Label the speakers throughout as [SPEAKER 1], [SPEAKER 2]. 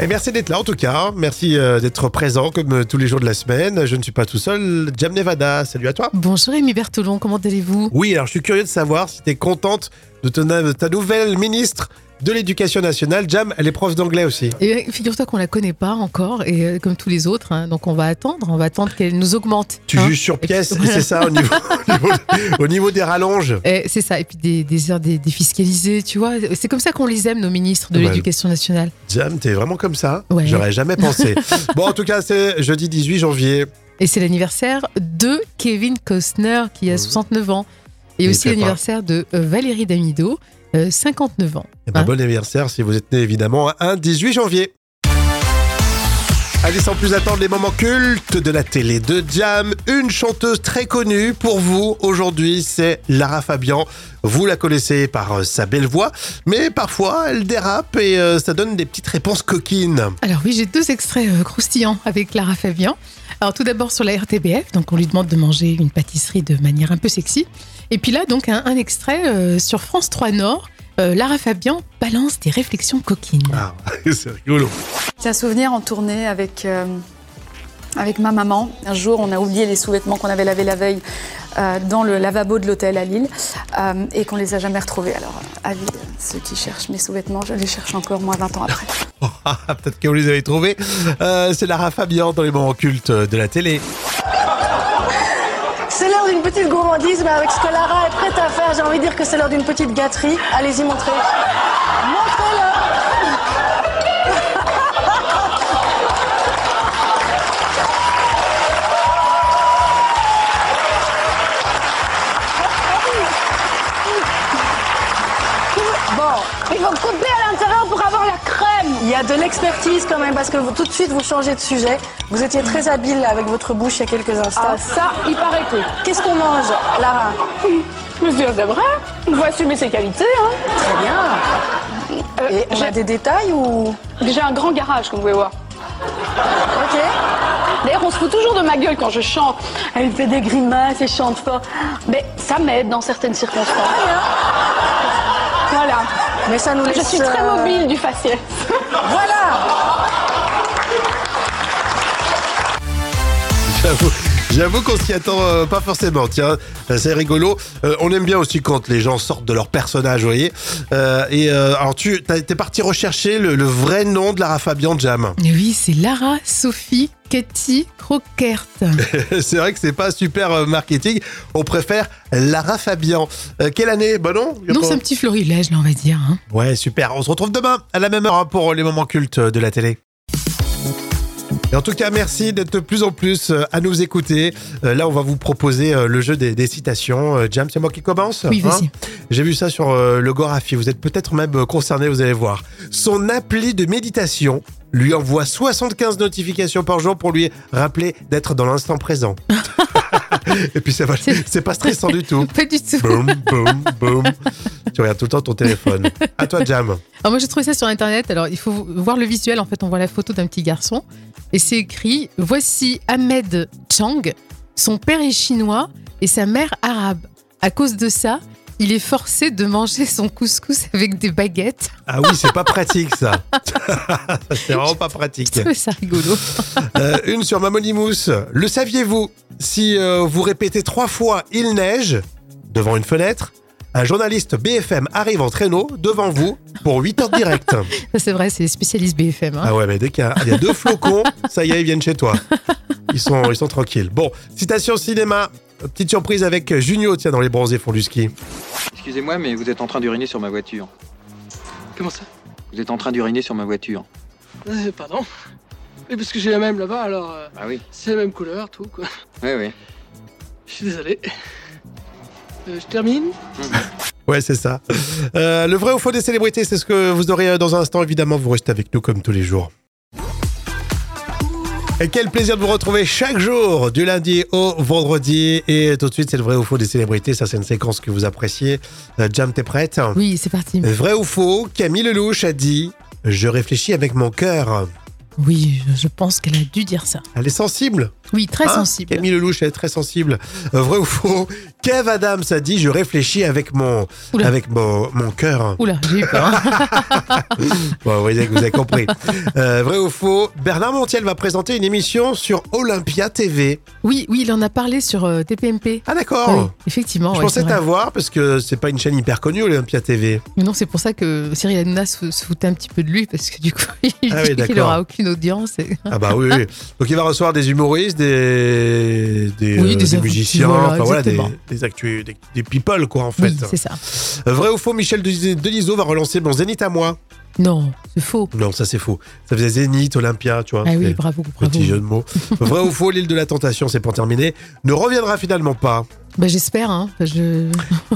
[SPEAKER 1] Et merci d'être là en tout cas. Merci euh, d'être présent comme euh, tous les jours de la semaine. Je ne suis pas tout seul. Jam Nevada, salut à toi.
[SPEAKER 2] Bonjour Amy Bertolon, comment allez-vous
[SPEAKER 1] Oui, alors je suis curieux de savoir si tu es contente de ton- de ta nouvelle ministre de l'Éducation nationale. Jam, elle est prof d'anglais aussi.
[SPEAKER 2] Eh bien, Figure-toi qu'on la connaît pas encore, et euh, comme tous les autres, hein, donc on va attendre, on va attendre qu'elle nous augmente.
[SPEAKER 1] Tu
[SPEAKER 2] hein.
[SPEAKER 1] juges sur
[SPEAKER 2] puis-
[SPEAKER 1] pièce, et c'est ça au niveau, au niveau- au niveau des rallonges.
[SPEAKER 2] Eh, C'est ça, et puis des, des heures dé- défiscalisées, tu vois. C'est comme ça qu'on les aime, nos ministres de
[SPEAKER 1] Ouais.
[SPEAKER 2] l'Éducation nationale.
[SPEAKER 1] Jam, t'es vraiment comme ça
[SPEAKER 2] Ouais.
[SPEAKER 1] J'aurais jamais pensé. bon, en tout cas, c'est jeudi 18 janvier.
[SPEAKER 2] Et c'est l'anniversaire de Kevin Costner, qui a
[SPEAKER 1] Mhm. 69
[SPEAKER 2] 69 ans, et
[SPEAKER 1] Il
[SPEAKER 2] aussi
[SPEAKER 1] fait pas.
[SPEAKER 2] l'anniversaire de euh, Valérie Damido, euh, 59 ans.
[SPEAKER 1] Eh ben,
[SPEAKER 2] Hein
[SPEAKER 1] bon anniversaire si vous êtes né évidemment un 18 janvier. Allez, sans plus attendre, les moments cultes de la télé de Jam. Une chanteuse très connue pour vous aujourd'hui, c'est Lara Fabian. Vous la connaissez par euh, sa belle voix, mais parfois elle dérape et euh, ça donne des petites réponses coquines.
[SPEAKER 2] Alors oui, j'ai deux extraits euh, croustillants avec Clara Fabian. Alors tout d'abord sur la RTBF, donc on lui demande de manger une pâtisserie de manière un peu sexy. Et puis là, donc un, un extrait euh, sur France 3 Nord, euh, Lara Fabian balance des réflexions coquines.
[SPEAKER 1] Ah, c'est rigolo.
[SPEAKER 3] J'ai un souvenir en tournée avec, euh, avec ma maman. Un jour, on a oublié les sous-vêtements qu'on avait lavés la veille euh, dans le lavabo de l'hôtel à Lille euh, et qu'on les a jamais retrouvés. Alors, euh, avis, euh, ceux qui cherchent mes sous-vêtements, je les cherche encore, moi, 20 ans après.
[SPEAKER 1] Ah, Peut-être que vous les avez trouvés. Euh, c'est Lara Fabian dans les moments cultes de la télé.
[SPEAKER 4] C'est l'heure d'une petite gourmandise, mais avec ce que Lara est prête à faire, j'ai envie de dire que c'est l'heure d'une petite gâterie. Allez-y, montrez. Montrez-le Bon,
[SPEAKER 5] Il faut couper à l'intérieur pour avoir la crème.
[SPEAKER 4] il y a de l'expertise quand même, parce que vous, tout de suite, vous changez de sujet. Vous étiez très habile avec votre bouche il y a quelques instants.
[SPEAKER 5] Ah, ça, il paraît que.
[SPEAKER 4] Qu'est-ce qu'on mange, Lara
[SPEAKER 5] Mais c'est vrai, il faut assumer ses qualités. Hein.
[SPEAKER 4] Très bien.
[SPEAKER 5] Euh,
[SPEAKER 4] Et on
[SPEAKER 5] j'ai-
[SPEAKER 4] a des détails ou...
[SPEAKER 5] J'ai un grand garage, comme vous pouvez voir.
[SPEAKER 4] Ok.
[SPEAKER 5] D'ailleurs, on se fout toujours de ma gueule quand je chante. Elle fait des grimaces et chante fort. Mais ça m'aide dans certaines circonstances. Voilà.
[SPEAKER 4] Mais ça nous laisse...
[SPEAKER 5] Je suis très
[SPEAKER 4] euh,
[SPEAKER 5] mobile du faciès.
[SPEAKER 4] Voilà
[SPEAKER 1] J'avoue- J'avoue qu'on s'y attend euh, pas forcément, tiens, euh, c'est rigolo. Euh, on aime bien aussi quand les gens sortent de leur personnage, vous voyez. Euh, et euh, alors tu t'as- t'es parti rechercher le, le vrai nom de Lara Fabian Jam.
[SPEAKER 2] Et oui, c'est Lara Sophie Cathy Crockert.
[SPEAKER 1] Eh, c'est vrai que c'est pas super euh, marketing, on préfère Lara Fabian. Euh, quelle année Bah non, y a
[SPEAKER 2] Donc
[SPEAKER 1] pas-
[SPEAKER 2] c'est un petit florilège, là, on va dire. hein.
[SPEAKER 1] Ouais, super. On se retrouve demain à la même heure hein, pour les moments cultes de la télé. Et en tout cas, merci d'être de plus en plus euh, à nous écouter. Euh, Là, on va vous proposer euh, le jeu des, des citations. Euh, Jam, c'est moi qui commence hein
[SPEAKER 2] Oui, vas-y.
[SPEAKER 1] J'ai vu ça sur euh, le Gorafi. Vous êtes peut-être même euh, concerné, vous allez voir. Son appli de méditation lui envoie 75 notifications par jour pour lui rappeler d'être dans l'instant présent. Et puis ça va,
[SPEAKER 2] C'est-
[SPEAKER 1] c'est pas stressant du tout.
[SPEAKER 2] Pas du tout.
[SPEAKER 1] Boum, boum, boum. Tu regardes tout le temps ton téléphone. À toi, Jam.
[SPEAKER 2] Alors moi j'ai trouvé ça sur internet. Alors il faut voir le visuel. En fait, on voit la photo d'un petit garçon et c'est écrit Voici Ahmed Chang. Son père est chinois et sa mère arabe. À cause de ça, il est forcé de manger son couscous avec des baguettes.
[SPEAKER 1] Ah oui, c'est pas pratique ça. c'est vraiment pas pratique.
[SPEAKER 2] Je trouve ça rigolo.
[SPEAKER 1] Euh, une sur Mamonimous. Le saviez-vous Si euh, vous répétez trois fois il neige devant une fenêtre, un journaliste BFM arrive en traîneau devant vous pour 8 heures direct.
[SPEAKER 2] Ça c'est vrai, c'est les spécialistes BFM. hein.
[SPEAKER 1] Ah ouais, mais dès qu'il y a- il y, a deux flocons, ça y est, ils viennent chez toi. Ils sont, ils sont tranquilles. Bon, citation cinéma. Petite surprise avec Junio, tiens, dans les bronzés font du ski.
[SPEAKER 6] Excusez-moi, mais vous êtes en train d'uriner sur ma voiture.
[SPEAKER 7] Comment ça
[SPEAKER 6] Vous êtes en train d'uriner sur ma voiture.
[SPEAKER 7] Euh, Pardon Mais parce que j'ai la même là-bas, alors euh,
[SPEAKER 6] Ah oui
[SPEAKER 7] c'est la même couleur, tout quoi.
[SPEAKER 6] Oui, oui.
[SPEAKER 7] Je suis désolé. Euh, je termine
[SPEAKER 1] Ouais, c'est ça. Euh, le vrai ou faux des célébrités, c'est ce que vous aurez euh, dans un instant. Évidemment, vous restez avec nous comme tous les jours. Et quel plaisir de vous retrouver chaque jour, du lundi au vendredi. Et tout de suite, c'est le vrai ou faux des célébrités. Ça, c'est une séquence que vous appréciez. Euh, Jam, t'es prête Euh.
[SPEAKER 2] Oui, c'est parti.
[SPEAKER 1] Vrai ou faux, Camille Lelouch a dit Je réfléchis avec mon cœur.
[SPEAKER 2] Oui, je- je pense qu'elle a dû dire ça.
[SPEAKER 1] Elle est sensible.
[SPEAKER 2] Oui, très
[SPEAKER 1] hein
[SPEAKER 2] sensible.
[SPEAKER 1] Camille Lelouch, elle est très sensible. Euh, Vrai ou faux Kev Adams a dit Je réfléchis avec mon,
[SPEAKER 2] Oula.
[SPEAKER 1] avec mon, mon cœur.
[SPEAKER 2] Oula, j'ai eu
[SPEAKER 1] Ah.
[SPEAKER 2] peur.
[SPEAKER 1] Bon, vous voyez que vous avez compris. Euh, vrai ou faux Bernard Montiel va présenter une émission sur Olympia TV.
[SPEAKER 2] oui, oui, il en a parlé sur euh, TPMP.
[SPEAKER 1] Ah, d'accord
[SPEAKER 2] Oui, effectivement.
[SPEAKER 1] Je
[SPEAKER 2] ouais,
[SPEAKER 1] pensais
[SPEAKER 2] c'est vrai.
[SPEAKER 1] t'avoir parce que c'est pas une chaîne hyper connue, Olympia TV.
[SPEAKER 2] Mais non, c'est pour ça que Cyril Hanouna se, se foutait un petit peu de lui parce que du coup, il
[SPEAKER 1] Ah oui,
[SPEAKER 2] dit qu'il
[SPEAKER 1] d'accord.
[SPEAKER 2] aura aucune audience. et-
[SPEAKER 1] Ah bah oui, oui. Donc il va recevoir des humoristes, des, des,
[SPEAKER 2] Oui, des
[SPEAKER 1] musiciens,
[SPEAKER 2] voilà,
[SPEAKER 1] enfin voilà, des,
[SPEAKER 2] exactement.
[SPEAKER 1] des actus, des, des people quoi en fait. euh,
[SPEAKER 2] Oui, c'est ça.
[SPEAKER 1] Vrai ou faux, Michel Delis- Delisot va relancer mon Zénith à moi.
[SPEAKER 2] Non, c'est faux.
[SPEAKER 1] Non, ça c'est faux. Ça faisait Zénith, Olympia, tu vois.
[SPEAKER 2] Ah oui,
[SPEAKER 1] c'est-
[SPEAKER 2] bravo,
[SPEAKER 1] Petit jeu
[SPEAKER 2] bravo.
[SPEAKER 1] de mots. Vrai ou faux, l'île de la tentation, c'est pour terminer, ne reviendra finalement pas.
[SPEAKER 2] Bah, j'espère. Hein. Enfin, je-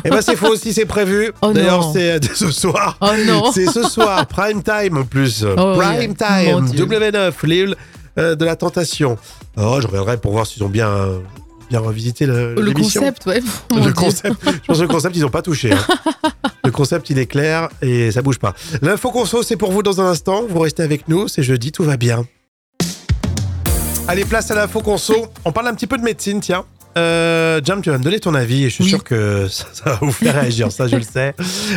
[SPEAKER 1] Eh ben c'est faux aussi, c'est prévu.
[SPEAKER 2] Oh
[SPEAKER 1] D'ailleurs,
[SPEAKER 2] non.
[SPEAKER 1] c'est euh, de ce soir.
[SPEAKER 2] Oh non.
[SPEAKER 1] C'est ce soir, prime time en plus.
[SPEAKER 2] Oh
[SPEAKER 1] prime
[SPEAKER 2] oui, mon
[SPEAKER 1] time,
[SPEAKER 2] Dieu.
[SPEAKER 1] W9, l'île euh, de la tentation. Oh, je reviendrai pour voir s'ils ont bien, euh, bien revisité le,
[SPEAKER 2] Le
[SPEAKER 1] l'émission.
[SPEAKER 2] concept, ouais. mon
[SPEAKER 1] Le
[SPEAKER 2] Dieu.
[SPEAKER 1] concept, je pense que le concept, ils n'ont pas touché. hein. le concept, il est clair et ça bouge pas. L'info conso, c'est pour vous dans un instant. Vous restez avec nous, c'est jeudi, tout va bien. Allez, place à l'info conso. On parle un petit peu de médecine, tiens. Euh, Jam, tu vas me donner ton avis et je suis
[SPEAKER 2] Oui.
[SPEAKER 1] sûr que ça, ça va vous faire réagir, ça je le sais.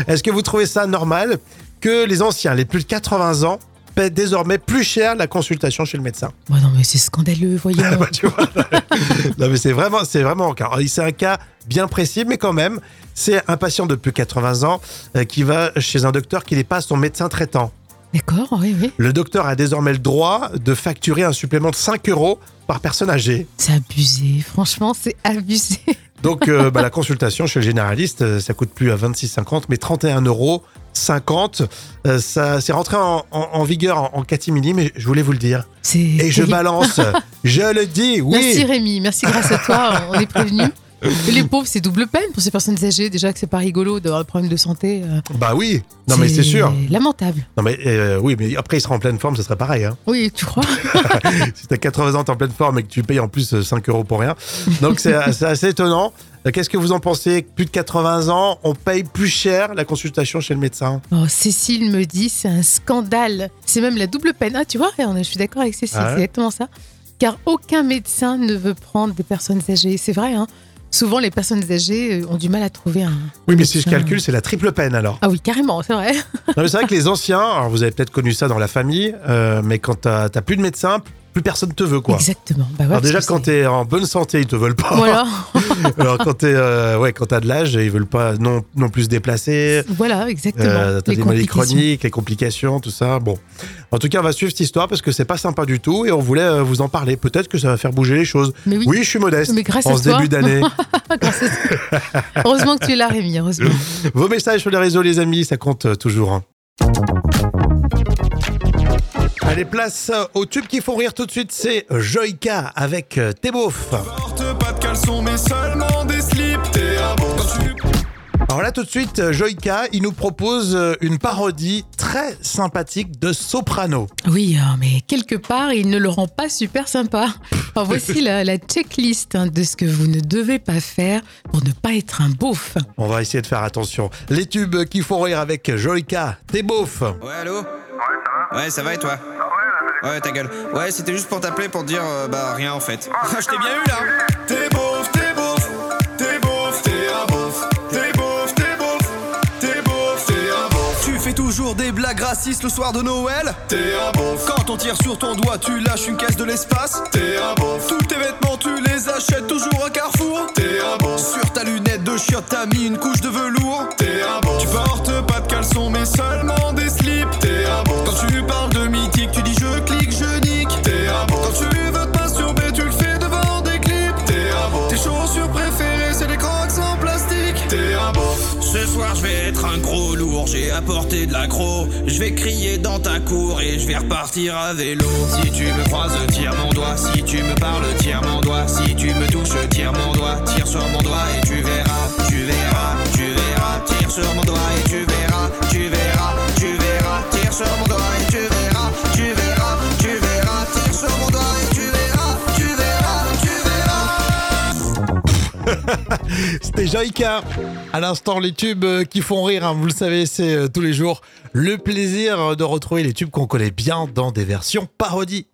[SPEAKER 1] Est-ce que vous trouvez ça normal que les anciens, les plus de 80 ans, paient désormais plus cher la consultation chez le médecin
[SPEAKER 2] Bah, non, mais c'est scandaleux, voyons.
[SPEAKER 1] bah, tu vois, non mais c'est vraiment, c'est vraiment un cas. Alors, C'est un cas bien précis, mais quand même, c'est un patient de plus de 80 ans euh, qui va chez un docteur qui n'est pas son médecin traitant.
[SPEAKER 2] D'accord, oui, oui.
[SPEAKER 1] Le docteur a désormais le droit de facturer un supplément de 5 euros par personne âgée.
[SPEAKER 2] C'est abusé. Franchement, c'est abusé.
[SPEAKER 1] Donc euh, bah, la consultation chez le généraliste, euh, ça coûte plus à 26,50, mais 31 euros. 50, Euh, ça c'est rentré en, en- en vigueur en, en catimini, mais je voulais vous le dire.
[SPEAKER 2] C'est
[SPEAKER 1] Et je
[SPEAKER 2] terrible.
[SPEAKER 1] balance, je le dis, oui.
[SPEAKER 2] Merci Rémi, merci grâce à toi, on est prévenus. Et Les pauvres, c'est double peine pour ces personnes âgées. Déjà que c'est pas rigolo d'avoir un problème de santé. euh,
[SPEAKER 1] Bah oui, non mais c'est sûr.
[SPEAKER 2] Lamentable.
[SPEAKER 1] Non mais euh, oui, mais après il sera en pleine forme, ce serait pareil. Hein.
[SPEAKER 2] Oui, tu crois
[SPEAKER 1] Si t'as 80 ans, t'es en pleine forme et que tu payes en plus euh, 5 euros pour rien. Donc c'est c'est assez étonnant. Euh, Qu'est-ce que vous en pensez Plus de 80 ans, on paye plus cher la consultation chez le médecin.
[SPEAKER 2] Oh, Cécile me dit, c'est un scandale. C'est même la double peine. Ah, tu vois, on est- je suis d'accord avec Cécile,
[SPEAKER 1] Ah ouais.
[SPEAKER 2] c'est exactement ça. Car aucun médecin ne veut prendre des personnes âgées. C'est vrai, hein. Souvent, les personnes âgées euh, ont du mal à trouver un.
[SPEAKER 1] Oui, mais si je
[SPEAKER 2] médecin.
[SPEAKER 1] calcule, c'est la triple peine alors.
[SPEAKER 2] Ah oui, carrément, c'est vrai.
[SPEAKER 1] Non, mais c'est vrai que les anciens, alors vous avez peut-être connu ça dans la famille, euh, mais quand t'as t'as plus de médecin, plus personne te veut quoi.
[SPEAKER 2] Exactement. Bah ouais,
[SPEAKER 1] Alors
[SPEAKER 2] parce
[SPEAKER 1] déjà
[SPEAKER 2] que
[SPEAKER 1] quand
[SPEAKER 2] c'est-
[SPEAKER 1] t'es en bonne santé, ils te veulent pas.
[SPEAKER 2] Voilà,
[SPEAKER 1] Alors quand t'es euh, ouais, quand t'as de l'âge, ils veulent pas non non plus se déplacer.
[SPEAKER 2] voilà, exactement.
[SPEAKER 1] Euh, T'as
[SPEAKER 2] Les
[SPEAKER 1] des maladies
[SPEAKER 2] complications.
[SPEAKER 1] chroniques, les complications, tout ça. Bon. En tout cas, on va suivre cette histoire parce que c'est pas sympa du tout et on voulait euh, vous en parler. Peut-être que ça va faire bouger les choses.
[SPEAKER 2] Mais oui,
[SPEAKER 1] Oui, je suis modeste.
[SPEAKER 2] Mais grâce
[SPEAKER 1] en
[SPEAKER 2] à
[SPEAKER 1] ce
[SPEAKER 2] toi.
[SPEAKER 1] début d'année.
[SPEAKER 2] grâce à- heureusement que tu es là, Rémi. Heureusement.
[SPEAKER 1] Vos messages sur les réseaux, les amis, ça compte euh, toujours. hein. Allez, place euh, aux tubes qui font rire tout de suite. C'est Joyka avec euh, T'es beauf.
[SPEAKER 8] Porte pas de caleçon mais seulement des slips T'es un bon dessus
[SPEAKER 1] Alors là, tout de suite, euh, Joyka, il nous propose euh, une parodie très sympathique de Soprano.
[SPEAKER 2] Oui, hein, mais quelque part, il ne le rend pas super sympa. Alors, voici la, la checklist hein, de ce que vous ne devez pas faire pour ne pas être un beauf.
[SPEAKER 1] On va essayer de faire attention. Les tubes qui font rire avec Joyka, t'es beauf.
[SPEAKER 9] Ouais, allô Ouais, ça va Ouais, ça va et toi Ouais, ta gueule. Ouais, c'était juste pour t'appeler pour te dire, euh, bah, rien en fait. Ah, je t'ai bien eu là
[SPEAKER 8] T'es beauf, t'es beauf T'es beauf, t'es un beauf T'es beauf, t'es beauf T'es beauf, t'es un beauf
[SPEAKER 9] Tu fais toujours des blagues racistes le soir de Noël
[SPEAKER 8] T'es un beauf
[SPEAKER 9] Quand on tire sur ton doigt, tu lâches une caisse de l'espace
[SPEAKER 8] T'es un beauf
[SPEAKER 9] Tous tes vêtements, tu les achètes toujours à Carrefour
[SPEAKER 8] T'es un beauf
[SPEAKER 9] Sur ta lunette de chiotte, t'as mis une couche de velours
[SPEAKER 8] T'es un beauf Tu portes pas de caleçon mais seulement des slips T'es un beauf
[SPEAKER 9] Quand tu parles de mythique, tu dis je clique, je nique
[SPEAKER 8] T'es un beauf
[SPEAKER 9] Quand tu veux te masturber, tu le fais devant des clips
[SPEAKER 8] T'es un beauf
[SPEAKER 9] Tes chaussures préférées, c'est les crocs en plastique
[SPEAKER 8] T'es un beauf
[SPEAKER 9] Ce soir je vais être un gros lourd, j'ai apporté de l'accro, je vais crier dans ta cour et je vais repartir à vélo. Si tu me croises, tire mon doigt, si tu me parles, tire mon doigt, si tu me touches, tire mon doigt, tire sur mon doigt et tu verras, tu verras, tu verras, tire sur mon doigt et tu verras, tu verras, tu verras, tire sur mon doigt et tu verras, tu verras, tu verras, tire sur mon doigt et tu verras, tu verras, tu verras.
[SPEAKER 1] C'était Joyka. À l'instant, les tubes euh, qui font rire, hein, vous le savez, c'est euh, tous les jours le plaisir euh, de retrouver les tubes qu'on connaît bien dans des versions parodies.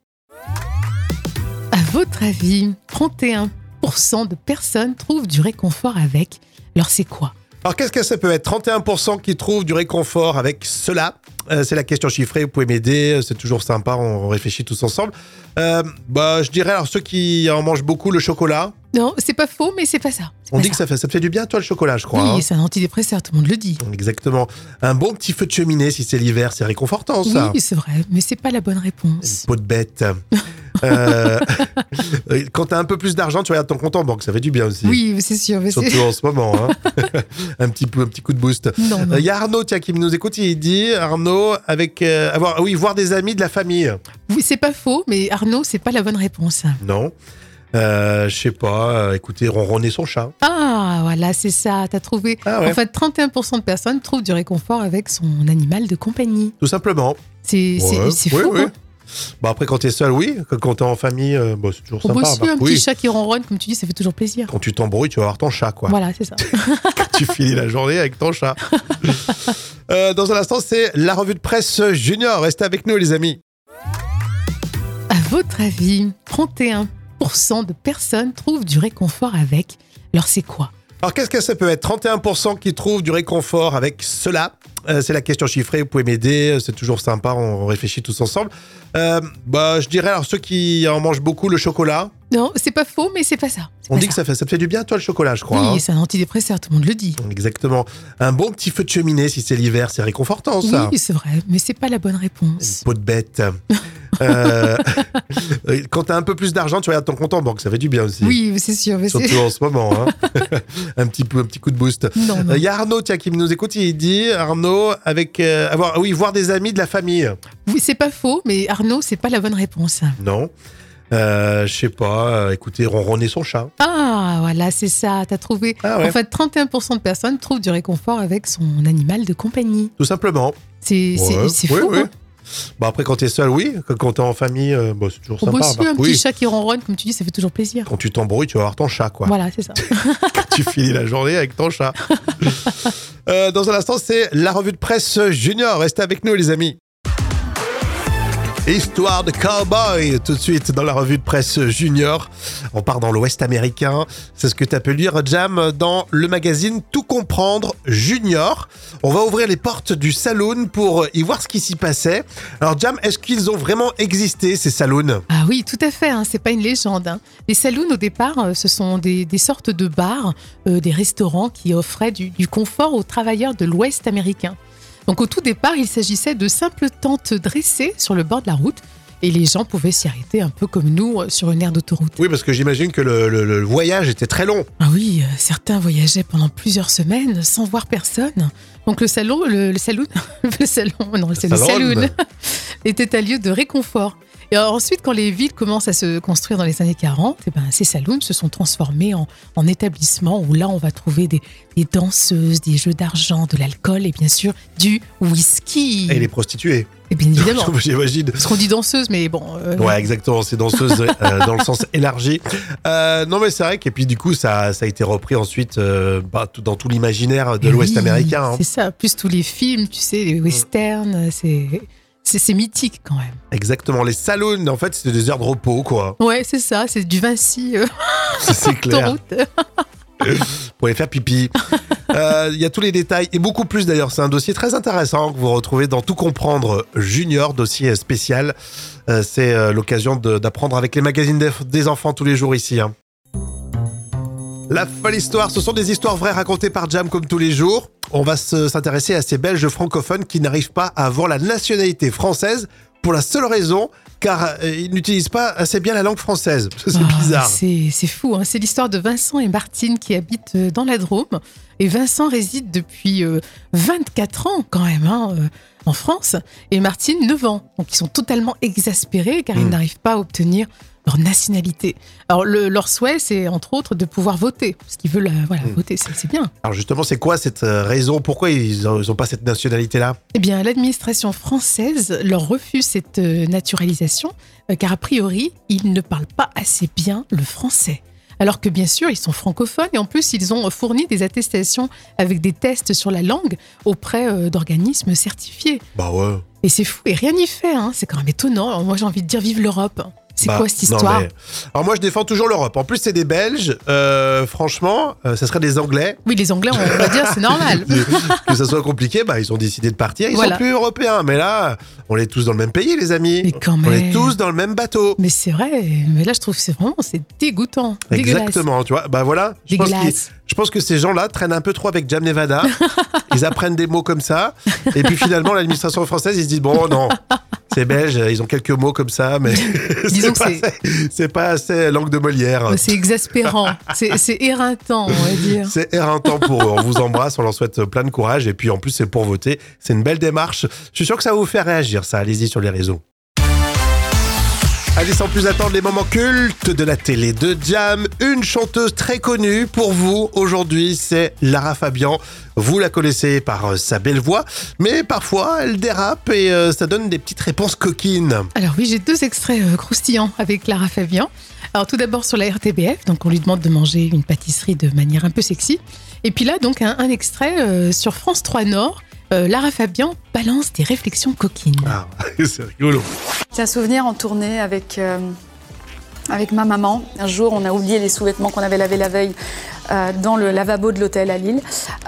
[SPEAKER 2] À votre avis, 31% de personnes trouvent du réconfort avec. Alors c'est quoi
[SPEAKER 1] Alors, qu'est-ce que ça peut être 31% qui trouvent du réconfort avec cela. Euh, c'est la question chiffrée, vous pouvez m'aider, euh, c'est toujours sympa, on réfléchit tous ensemble. Euh, bah, je dirais, alors ceux qui en mangent beaucoup, le chocolat.
[SPEAKER 2] Non, c'est pas faux, mais c'est pas ça. C'est
[SPEAKER 1] On
[SPEAKER 2] pas
[SPEAKER 1] dit que ça, fait, ça te fait du bien, toi, le chocolat, je crois.
[SPEAKER 2] Oui,
[SPEAKER 1] hein.
[SPEAKER 2] c'est un antidépresseur, tout le monde le dit.
[SPEAKER 1] Exactement. Un bon petit feu de cheminée, si c'est l'hiver, c'est réconfortant, ça.
[SPEAKER 2] Oui, c'est vrai, mais c'est pas la bonne réponse.
[SPEAKER 1] Peau de bête. Euh, quand t'as un peu plus d'argent, tu regardes ton compte en banque, ça fait du bien aussi.
[SPEAKER 2] Oui, c'est sûr, Mm. mais c'est...
[SPEAKER 1] Surtout en ce moment. hein. un, petit, peu- un petit coup de boost.
[SPEAKER 2] Non,
[SPEAKER 1] Il
[SPEAKER 2] non.
[SPEAKER 1] y a Arnaud tiens, qui nous écoute, il dit Arnaud, avec. euh, avoir, ah oui, voir des amis de la famille.
[SPEAKER 2] Oui, c'est pas faux, mais Arnaud, c'est pas la bonne réponse.
[SPEAKER 1] Non. Euh, Je sais pas, euh, écoutez, ronronner son chat.
[SPEAKER 2] Ah, voilà, c'est ça, t'as trouvé.
[SPEAKER 1] Ah ouais.
[SPEAKER 2] En fait, 31% de personnes trouvent du réconfort avec son animal de compagnie.
[SPEAKER 1] Tout simplement.
[SPEAKER 2] C'est,
[SPEAKER 1] Ouais,
[SPEAKER 2] c'est, c'est
[SPEAKER 1] oui,
[SPEAKER 2] fou,
[SPEAKER 1] oui.
[SPEAKER 2] hein.
[SPEAKER 1] Bon, après, quand t'es seul, oui. Quand t'es en famille, euh, bon, c'est toujours
[SPEAKER 2] Pour
[SPEAKER 1] sympa.
[SPEAKER 2] bosser,
[SPEAKER 1] bah,
[SPEAKER 2] un
[SPEAKER 1] oui.
[SPEAKER 2] petit chat qui ronronne, comme tu dis, ça fait toujours plaisir.
[SPEAKER 1] Quand tu t'embrouilles, tu vas avoir ton chat, quoi.
[SPEAKER 2] Voilà, c'est ça.
[SPEAKER 1] tu finis la journée avec ton chat. Euh, dans un instant, c'est la revue de presse junior. Restez avec nous, les amis.
[SPEAKER 2] À votre avis, 31% de personnes trouvent du réconfort avec. Alors c'est quoi
[SPEAKER 1] Alors, qu'est-ce que ça peut être 31% qui trouvent du réconfort avec cela. Euh, c'est la question chiffrée, vous pouvez m'aider, euh, c'est toujours sympa, on réfléchit tous ensemble. Euh, bah, je dirais, alors ceux qui en mangent beaucoup, le chocolat.
[SPEAKER 2] Non, c'est pas faux, mais c'est pas ça. C'est
[SPEAKER 1] On
[SPEAKER 2] pas
[SPEAKER 1] dit que ça fait, ça te fait du bien, toi, le chocolat, je crois.
[SPEAKER 2] Oui,
[SPEAKER 1] hein.
[SPEAKER 2] c'est un antidépresseur, tout le monde le dit.
[SPEAKER 1] Exactement. Un bon petit feu de cheminée, si c'est l'hiver, c'est réconfortant, ça.
[SPEAKER 2] Oui, c'est vrai, mais c'est pas la bonne réponse.
[SPEAKER 1] Peau de bête. Euh, quand t'as un peu plus d'argent, tu regardes ton compte en banque, ça fait du bien aussi.
[SPEAKER 2] Oui, c'est sûr, mais c'est...
[SPEAKER 1] Surtout en ce moment. hein. un, petit, peu- un petit coup de boost.
[SPEAKER 2] Non, non.
[SPEAKER 1] Il y a Arnaud tiens, qui nous écoute, il dit Arnaud, avec. euh, avoir, ah oui, voir des amis de la famille.
[SPEAKER 2] Oui, c'est pas faux, mais Arnaud, c'est pas la bonne réponse.
[SPEAKER 1] Non. Euh, Je sais pas, euh, écoutez, ronronner son chat.
[SPEAKER 2] Ah, voilà, c'est ça, t'as trouvé.
[SPEAKER 1] Ah ouais.
[SPEAKER 2] En fait, 31% de personnes trouvent du réconfort avec son animal de compagnie.
[SPEAKER 1] Tout simplement.
[SPEAKER 2] C'est,
[SPEAKER 1] Ouais,
[SPEAKER 2] c'est, c'est
[SPEAKER 1] oui,
[SPEAKER 2] fou,
[SPEAKER 1] oui.
[SPEAKER 2] hein.
[SPEAKER 1] Bon, après, quand t'es seul, oui. Quand t'es en famille, euh, bon, c'est toujours
[SPEAKER 2] Pour
[SPEAKER 1] sympa.
[SPEAKER 2] bosser,
[SPEAKER 1] bah,
[SPEAKER 2] un
[SPEAKER 1] oui.
[SPEAKER 2] petit chat qui ronronne, comme tu dis, ça fait toujours plaisir.
[SPEAKER 1] Quand tu t'embrouilles, tu vas avoir ton chat, quoi.
[SPEAKER 2] Voilà, c'est ça.
[SPEAKER 1] tu finis la journée avec ton chat. Euh, dans un instant, c'est la revue de presse junior. Restez avec nous, les amis. Histoire de cowboy, tout de suite dans la revue de presse junior. On part dans l'Ouest américain. C'est ce que tu as pu lire, Jam, dans le magazine Tout comprendre junior. On va ouvrir les portes du saloon pour y voir ce qui s'y passait. Alors, Jam, est-ce qu'ils ont vraiment existé, ces saloons
[SPEAKER 2] Ah oui, tout à fait, hein, c'est pas une légende. hein. Les saloons, au départ, euh, ce sont des, des sortes de bars, euh, des restaurants qui offraient du, du confort aux travailleurs de l'Ouest américain. Donc au tout départ, il s'agissait de simples tentes dressées sur le bord de la route et les gens pouvaient s'y arrêter un peu comme nous euh, sur une aire d'autoroute.
[SPEAKER 1] Oui, parce que j'imagine que le- le- le voyage était très long.
[SPEAKER 2] Ah oui, euh, certains voyageaient pendant plusieurs semaines sans voir personne. Donc le salon, le, le saloon, le salon, non, c'est le
[SPEAKER 1] saloon.
[SPEAKER 2] saloon, était un lieu de réconfort. Et alors ensuite, quand les villes commencent à se construire dans les années 40, eh ben, ces saloons se sont transformés en, en établissements où là, on va trouver des, des danseuses, des jeux d'argent, de l'alcool et bien sûr du whisky.
[SPEAKER 1] Et les prostituées.
[SPEAKER 2] Et bien Mm. évidemment,
[SPEAKER 1] J'imagine.
[SPEAKER 2] parce qu'on dit danseuse, mais bon, euh,
[SPEAKER 1] Ouais, exactement. C'est danseuse euh, dans le sens élargi. Euh, non, mais c'est vrai qu'et puis du coup, ça, ça a été repris ensuite euh, bah, tout- dans tout l'imaginaire de
[SPEAKER 2] Mais
[SPEAKER 1] l'Ouest
[SPEAKER 2] Eh oui,
[SPEAKER 1] américain. hein. Mm.
[SPEAKER 2] C'est ça, plus tous les films, tu sais, les westerns, c'est c'est c'est mythique quand même.
[SPEAKER 1] Exactement. Les saloons, en fait, c'était des aires de repos, quoi.
[SPEAKER 2] Ouais, c'est ça, c'est du Vinci euh,
[SPEAKER 1] C'est- C'est clair.
[SPEAKER 2] autoroute.
[SPEAKER 1] Pour aller faire pipi. Euh, Il y a tous les détails et beaucoup plus d'ailleurs. C'est un dossier très intéressant que vous retrouvez dans Tout comprendre Junior, dossier spécial. Euh, c'est euh, l'occasion de- d'apprendre avec les magazines des, des enfants tous les jours ici. hein. La folle histoire, ce sont des histoires vraies racontées par Jam comme tous les jours. On va se- s'intéresser à ces Belges francophones qui n'arrivent pas à avoir la nationalité française pour la seule raison car euh, ils n'utilisent pas assez bien la langue française. C'est
[SPEAKER 2] Ah,
[SPEAKER 1] bizarre.
[SPEAKER 2] C'est c'est fou, hein. c'est l'histoire de Vincent et Martine qui habitent euh, dans la Drôme. Et Vincent réside depuis euh, 24 ans quand même hein, euh, en France et Martine 9 ans. Donc ils sont totalement exaspérés car ils
[SPEAKER 1] Mm.
[SPEAKER 2] n'arrivent pas à obtenir leur nationalité. Alors le- leur souhait c'est entre autres de pouvoir voter, parce qu'ils veulent euh, voilà,
[SPEAKER 1] Mm.
[SPEAKER 2] voter, c'est c'est bien.
[SPEAKER 1] Alors justement, c'est quoi cette euh, raison Pourquoi ils n'ont pas cette nationalité-là
[SPEAKER 2] Eh bien, l'administration française leur refuse cette euh, naturalisation, euh, car a priori, ils ne parlent pas assez bien le français. alors que bien sûr, ils sont francophones et en plus, ils ont fourni des attestations avec des tests sur la langue auprès euh, d'organismes certifiés.
[SPEAKER 1] Bah ouais.
[SPEAKER 2] Et c'est fou, et rien n'y fait, hein. c'est quand même étonnant. Alors, moi, j'ai envie de dire vive l'Europe. C'est
[SPEAKER 1] Bah,
[SPEAKER 2] quoi cette
[SPEAKER 1] non,
[SPEAKER 2] histoire
[SPEAKER 1] mais- Alors moi je défends toujours l'Europe. En plus c'est des Belges. Euh, franchement, euh, ça serait des Anglais.
[SPEAKER 2] Oui, les Anglais, on va dire, c'est normal.
[SPEAKER 1] que ça soit compliqué, bah, ils ont décidé de partir. Ils
[SPEAKER 2] Voilà.
[SPEAKER 1] sont plus européens. Mais là, on est tous dans le même pays, les amis.
[SPEAKER 2] Mais quand
[SPEAKER 1] On est
[SPEAKER 2] même.
[SPEAKER 1] tous dans le même bateau.
[SPEAKER 2] Mais c'est vrai, mais là, je trouve que c'est vraiment c'est dégoûtant. dégueulasse.
[SPEAKER 1] Exactement. Tu vois. Bah voilà. Je pense, qu'ils-
[SPEAKER 2] Dégueulasse.
[SPEAKER 1] je pense que ces gens-là traînent un peu trop avec Jam Nevada. ils apprennent des mots comme ça. Et puis finalement, l'administration française, ils se disent bon non. Ces Belges, ils ont quelques mots comme ça, mais c'est
[SPEAKER 2] Disons que
[SPEAKER 1] pas,
[SPEAKER 2] c'est-
[SPEAKER 1] assez- c'est pas assez langue de Molière.
[SPEAKER 2] Oh, C'est exaspérant, c'est c'est éreintant, on va dire.
[SPEAKER 1] C'est éreintant pour eux. On vous embrasse, on leur souhaite plein de courage. Et puis en plus, c'est pour voter. C'est une belle démarche. Je suis sûr que ça va vous faire réagir, ça. Allez-y sur les réseaux. Allez, sans plus attendre, les moments cultes de la télé de Jam. Une chanteuse très connue pour vous aujourd'hui, c'est Lara Fabian. Vous la connaissez par euh, sa belle voix, mais parfois elle dérape et euh, ça donne des petites réponses coquines.
[SPEAKER 2] Alors oui, j'ai deux extraits euh, croustillants avec Clara Fabian. Alors tout d'abord sur la RTBF, donc on lui demande de manger une pâtisserie de manière un peu sexy. Et puis là, donc un, un extrait euh, sur France 3 Nord, euh, Lara Fabian balance des réflexions coquines.
[SPEAKER 1] Ah, c'est rigolo.
[SPEAKER 3] J'ai un souvenir en tournée avec, euh, avec ma maman. Un jour, on a oublié les sous-vêtements qu'on avait lavés la veille euh, dans le lavabo de l'hôtel à Lille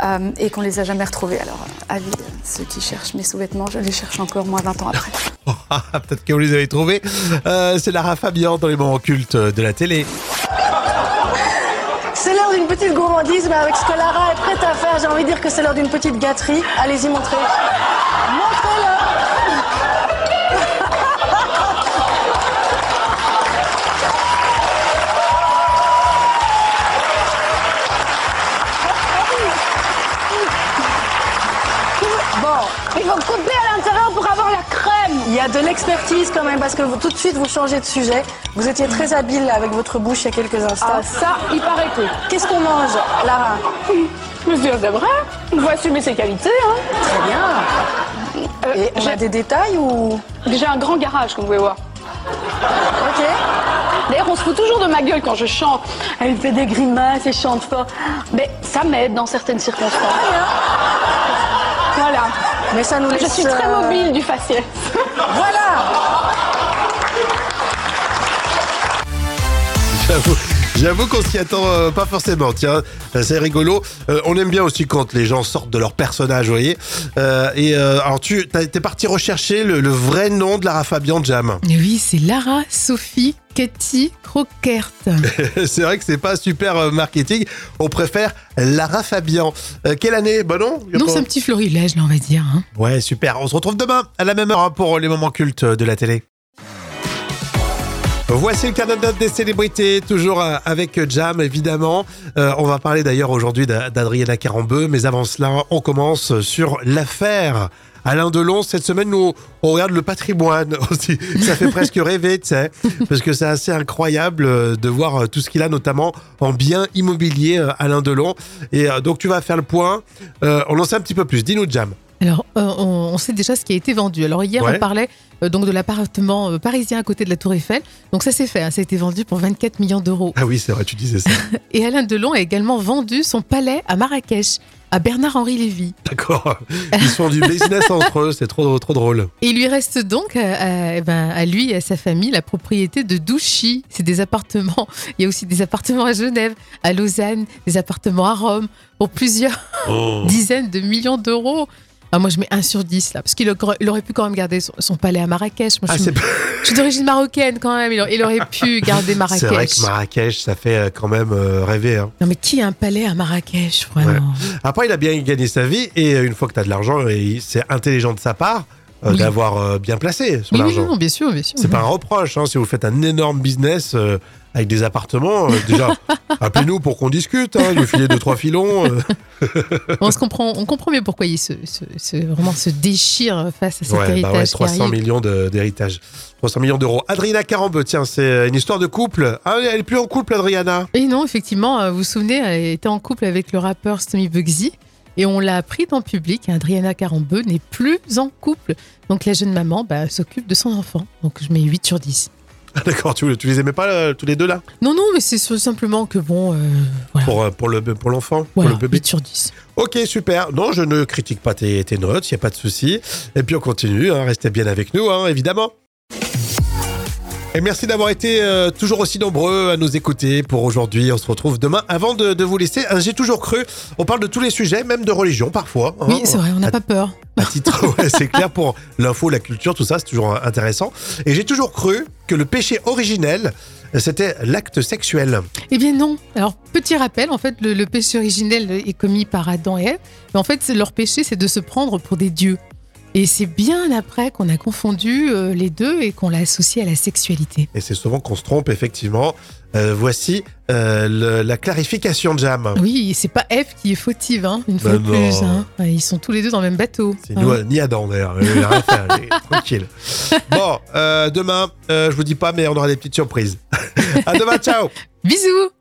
[SPEAKER 3] euh, et qu'on les a jamais retrouvés. Alors, avis, euh, ceux qui cherchent mes sous-vêtements, je les cherche encore, moi, 20 ans après.
[SPEAKER 1] Ah, Peut-être que vous les avez trouvés. Euh, c'est Lara Fabian dans les moments cultes de la télé.
[SPEAKER 4] C'est l'heure d'une petite gourmandise, mais avec ce que Lara est prête à faire, j'ai envie de dire que c'est l'heure d'une petite gâterie. Allez-y, montrez. Montrez-le
[SPEAKER 5] Bon, il faut couper à l'intérieur pour avoir la crème.
[SPEAKER 4] Il y a de l'expertise quand même, parce que vous, tout de suite, vous changez de sujet. Vous étiez très habile avec votre bouche il y a quelques instants.
[SPEAKER 5] Ah, ça, il paraît que.
[SPEAKER 4] Qu'est-ce qu'on mange, Lara
[SPEAKER 5] Mais c'est vrai, il faut assumer ses qualités. Hein.
[SPEAKER 4] Très bien.
[SPEAKER 5] Euh,
[SPEAKER 4] Et on a
[SPEAKER 5] j'ai-
[SPEAKER 4] des détails ou...
[SPEAKER 5] J'ai un grand garage, comme vous pouvez voir.
[SPEAKER 4] Ok.
[SPEAKER 5] D'ailleurs, on se fout toujours de ma gueule quand je chante. Elle fait des grimaces et chante fort. Mais ça m'aide dans certaines circonstances. Voilà.
[SPEAKER 4] Mais ça nous laisse...
[SPEAKER 5] Je suis très
[SPEAKER 4] euh,
[SPEAKER 5] mobile du faciès.
[SPEAKER 4] Voilà
[SPEAKER 1] J'avoue- J'avoue qu'on s'y attend euh, pas forcément, tiens, euh, c'est rigolo. Euh, on aime bien aussi quand les gens sortent de leur personnage, vous voyez. Euh, et euh, alors tu t'as- t'es parti rechercher le, le vrai nom de Lara Fabian Jam.
[SPEAKER 2] Et oui, c'est Lara Sophie Cathy Crockert.
[SPEAKER 1] c'est vrai que c'est pas super euh, marketing, on préfère Lara Fabian. Euh, quelle année Bah non, y a
[SPEAKER 2] Non,
[SPEAKER 1] pas-
[SPEAKER 2] c'est un petit florilège, là, on va dire. hein.
[SPEAKER 1] Ouais, super. On se retrouve demain à la même heure hein, pour les moments cultes de la télé. Voici le carnet de notes des célébrités, toujours euh, avec Jam évidemment. Euh, on va parler d'ailleurs aujourd'hui d'A- d'Adriana Carambeu, mais avant cela, on commence sur l'affaire Alain Delon. Cette semaine, nous, on regarde le patrimoine aussi. Ça fait presque rêver, tu sais, parce que c'est assez incroyable euh, de voir euh, tout ce qu'il a, notamment en biens immobiliers, euh, Alain Delon. Et euh, donc, tu vas faire le point. Euh, on en sait un petit peu plus. Dis-nous, Jam.
[SPEAKER 2] Alors, euh, on, on sait déjà ce qui a été vendu. Alors hier,
[SPEAKER 1] Ouais.
[SPEAKER 2] on parlait euh, donc de l'appartement euh, parisien à côté de la Tour Eiffel. Donc ça, c'est fait. hein. Ça a été vendu pour 24 millions d'euros.
[SPEAKER 1] Ah oui, c'est vrai, tu disais ça.
[SPEAKER 2] Et Alain Delon a également vendu son palais à Marrakech à Bernard-Henri Lévy.
[SPEAKER 1] D'accord. Ils se font du business entre eux, c'est trop, trop drôle.
[SPEAKER 2] Et il lui reste donc euh, à, eh ben, à lui et à sa famille la propriété de Douchy. C'est des appartements. Il y a aussi des appartements à Genève, à Lausanne, des appartements à Rome pour plusieurs Oh.
[SPEAKER 1] Oh.
[SPEAKER 2] dizaines de millions d'euros. Ah, moi, je mets 1 sur 10 là, parce qu'il aurait- il aurait pu quand même garder son, son palais à Marrakech. Moi, je
[SPEAKER 1] Ah,
[SPEAKER 2] suis-
[SPEAKER 1] c'est
[SPEAKER 2] Je suis d'origine marocaine quand même. Il aurait, il aurait pu garder Marrakech.
[SPEAKER 1] c'est vrai que Marrakech, ça fait euh, quand même euh, rêver. hein.
[SPEAKER 2] Non, mais qui a un palais à Marrakech, vraiment
[SPEAKER 1] Après, il a bien gagné sa vie et euh, une fois que tu as de l'argent, et il- c'est intelligent de sa part euh,
[SPEAKER 2] Oui.
[SPEAKER 1] d'avoir euh, bien placé son
[SPEAKER 2] Oui, oui,
[SPEAKER 1] argent.
[SPEAKER 2] non, bien sûr, bien sûr.
[SPEAKER 1] C'est pas un reproche. hein, si vous faites un énorme business euh, avec des appartements, euh, déjà, appelez-nous pour qu'on discute. Hein, nous filer deux, trois filons. euh.
[SPEAKER 2] On, se comprend, on comprend mieux pourquoi il se, se- se- vraiment se déchire face à cet
[SPEAKER 1] Ouais, bah
[SPEAKER 2] héritage.
[SPEAKER 1] ouais,
[SPEAKER 2] qui
[SPEAKER 1] 300
[SPEAKER 2] arrive.
[SPEAKER 1] millions de- d'héritage. 300 millions d'euros. Adriana Carambeu, tiens, c'est une histoire de couple. Ah, elle est plus en couple, Adriana.
[SPEAKER 2] Et non, effectivement, euh, vous vous souvenez, elle était en couple avec le rappeur Stommy Bugsy. Et on l'a appris dans le public, hein, Adriana Carambeu n'est plus en couple. Donc la jeune maman bah, s'occupe de son enfant. Donc je mets 8 sur 10.
[SPEAKER 1] Ah, D'accord, tu, tu les aimais pas euh, tous les deux là
[SPEAKER 2] Non, non, mais c'est simplement que bon. euh,
[SPEAKER 1] pour, euh, pour le pour l'enfant,
[SPEAKER 2] voilà,
[SPEAKER 1] pour le bébé.
[SPEAKER 2] 8 sur 10.
[SPEAKER 1] Ok, super. Non, je ne critique pas tes, tes notes, il n'y a pas de souci. Et puis on continue, hein, restez bien avec nous, hein, évidemment. Et merci d'avoir été euh, toujours aussi nombreux à nous écouter pour aujourd'hui. On se retrouve demain. Avant de, de vous laisser, hein, j'ai toujours cru, on parle de tous les sujets, même de religion parfois. hein.
[SPEAKER 2] Oui, c'est vrai, on n'a
[SPEAKER 1] à-
[SPEAKER 2] pas peur.
[SPEAKER 1] à titre, ouais, c'est clair, pour l'info, la culture, tout ça, c'est toujours euh, intéressant. Et j'ai toujours cru que le péché originel, euh, c'était l'acte sexuel.
[SPEAKER 2] Eh bien non. Alors, petit rappel, en fait, le, le péché originel est commis par Adam et Ève. Mais en fait, c'est- leur péché, c'est de se prendre pour des dieux. Et c'est bien après qu'on a confondu euh, les deux et qu'on l'a associé à la sexualité.
[SPEAKER 1] Et c'est souvent qu'on se trompe, effectivement. Euh, voici euh, le- la clarification, Jam.
[SPEAKER 2] Oui, et c'est pas Ève qui est fautive, hein, une fois
[SPEAKER 1] Bah
[SPEAKER 2] de
[SPEAKER 1] non.
[SPEAKER 2] plus. hein. Ouais, Ils sont tous les deux dans le même bateau.
[SPEAKER 1] C'est
[SPEAKER 2] hein.
[SPEAKER 1] ni- ni Adam, d'ailleurs. Euh, Il a rien fait, allez, Tranquille. Bon, euh, demain, euh, je vous dis pas, mais on aura des petites surprises. à demain, ciao
[SPEAKER 2] Hein. Bisous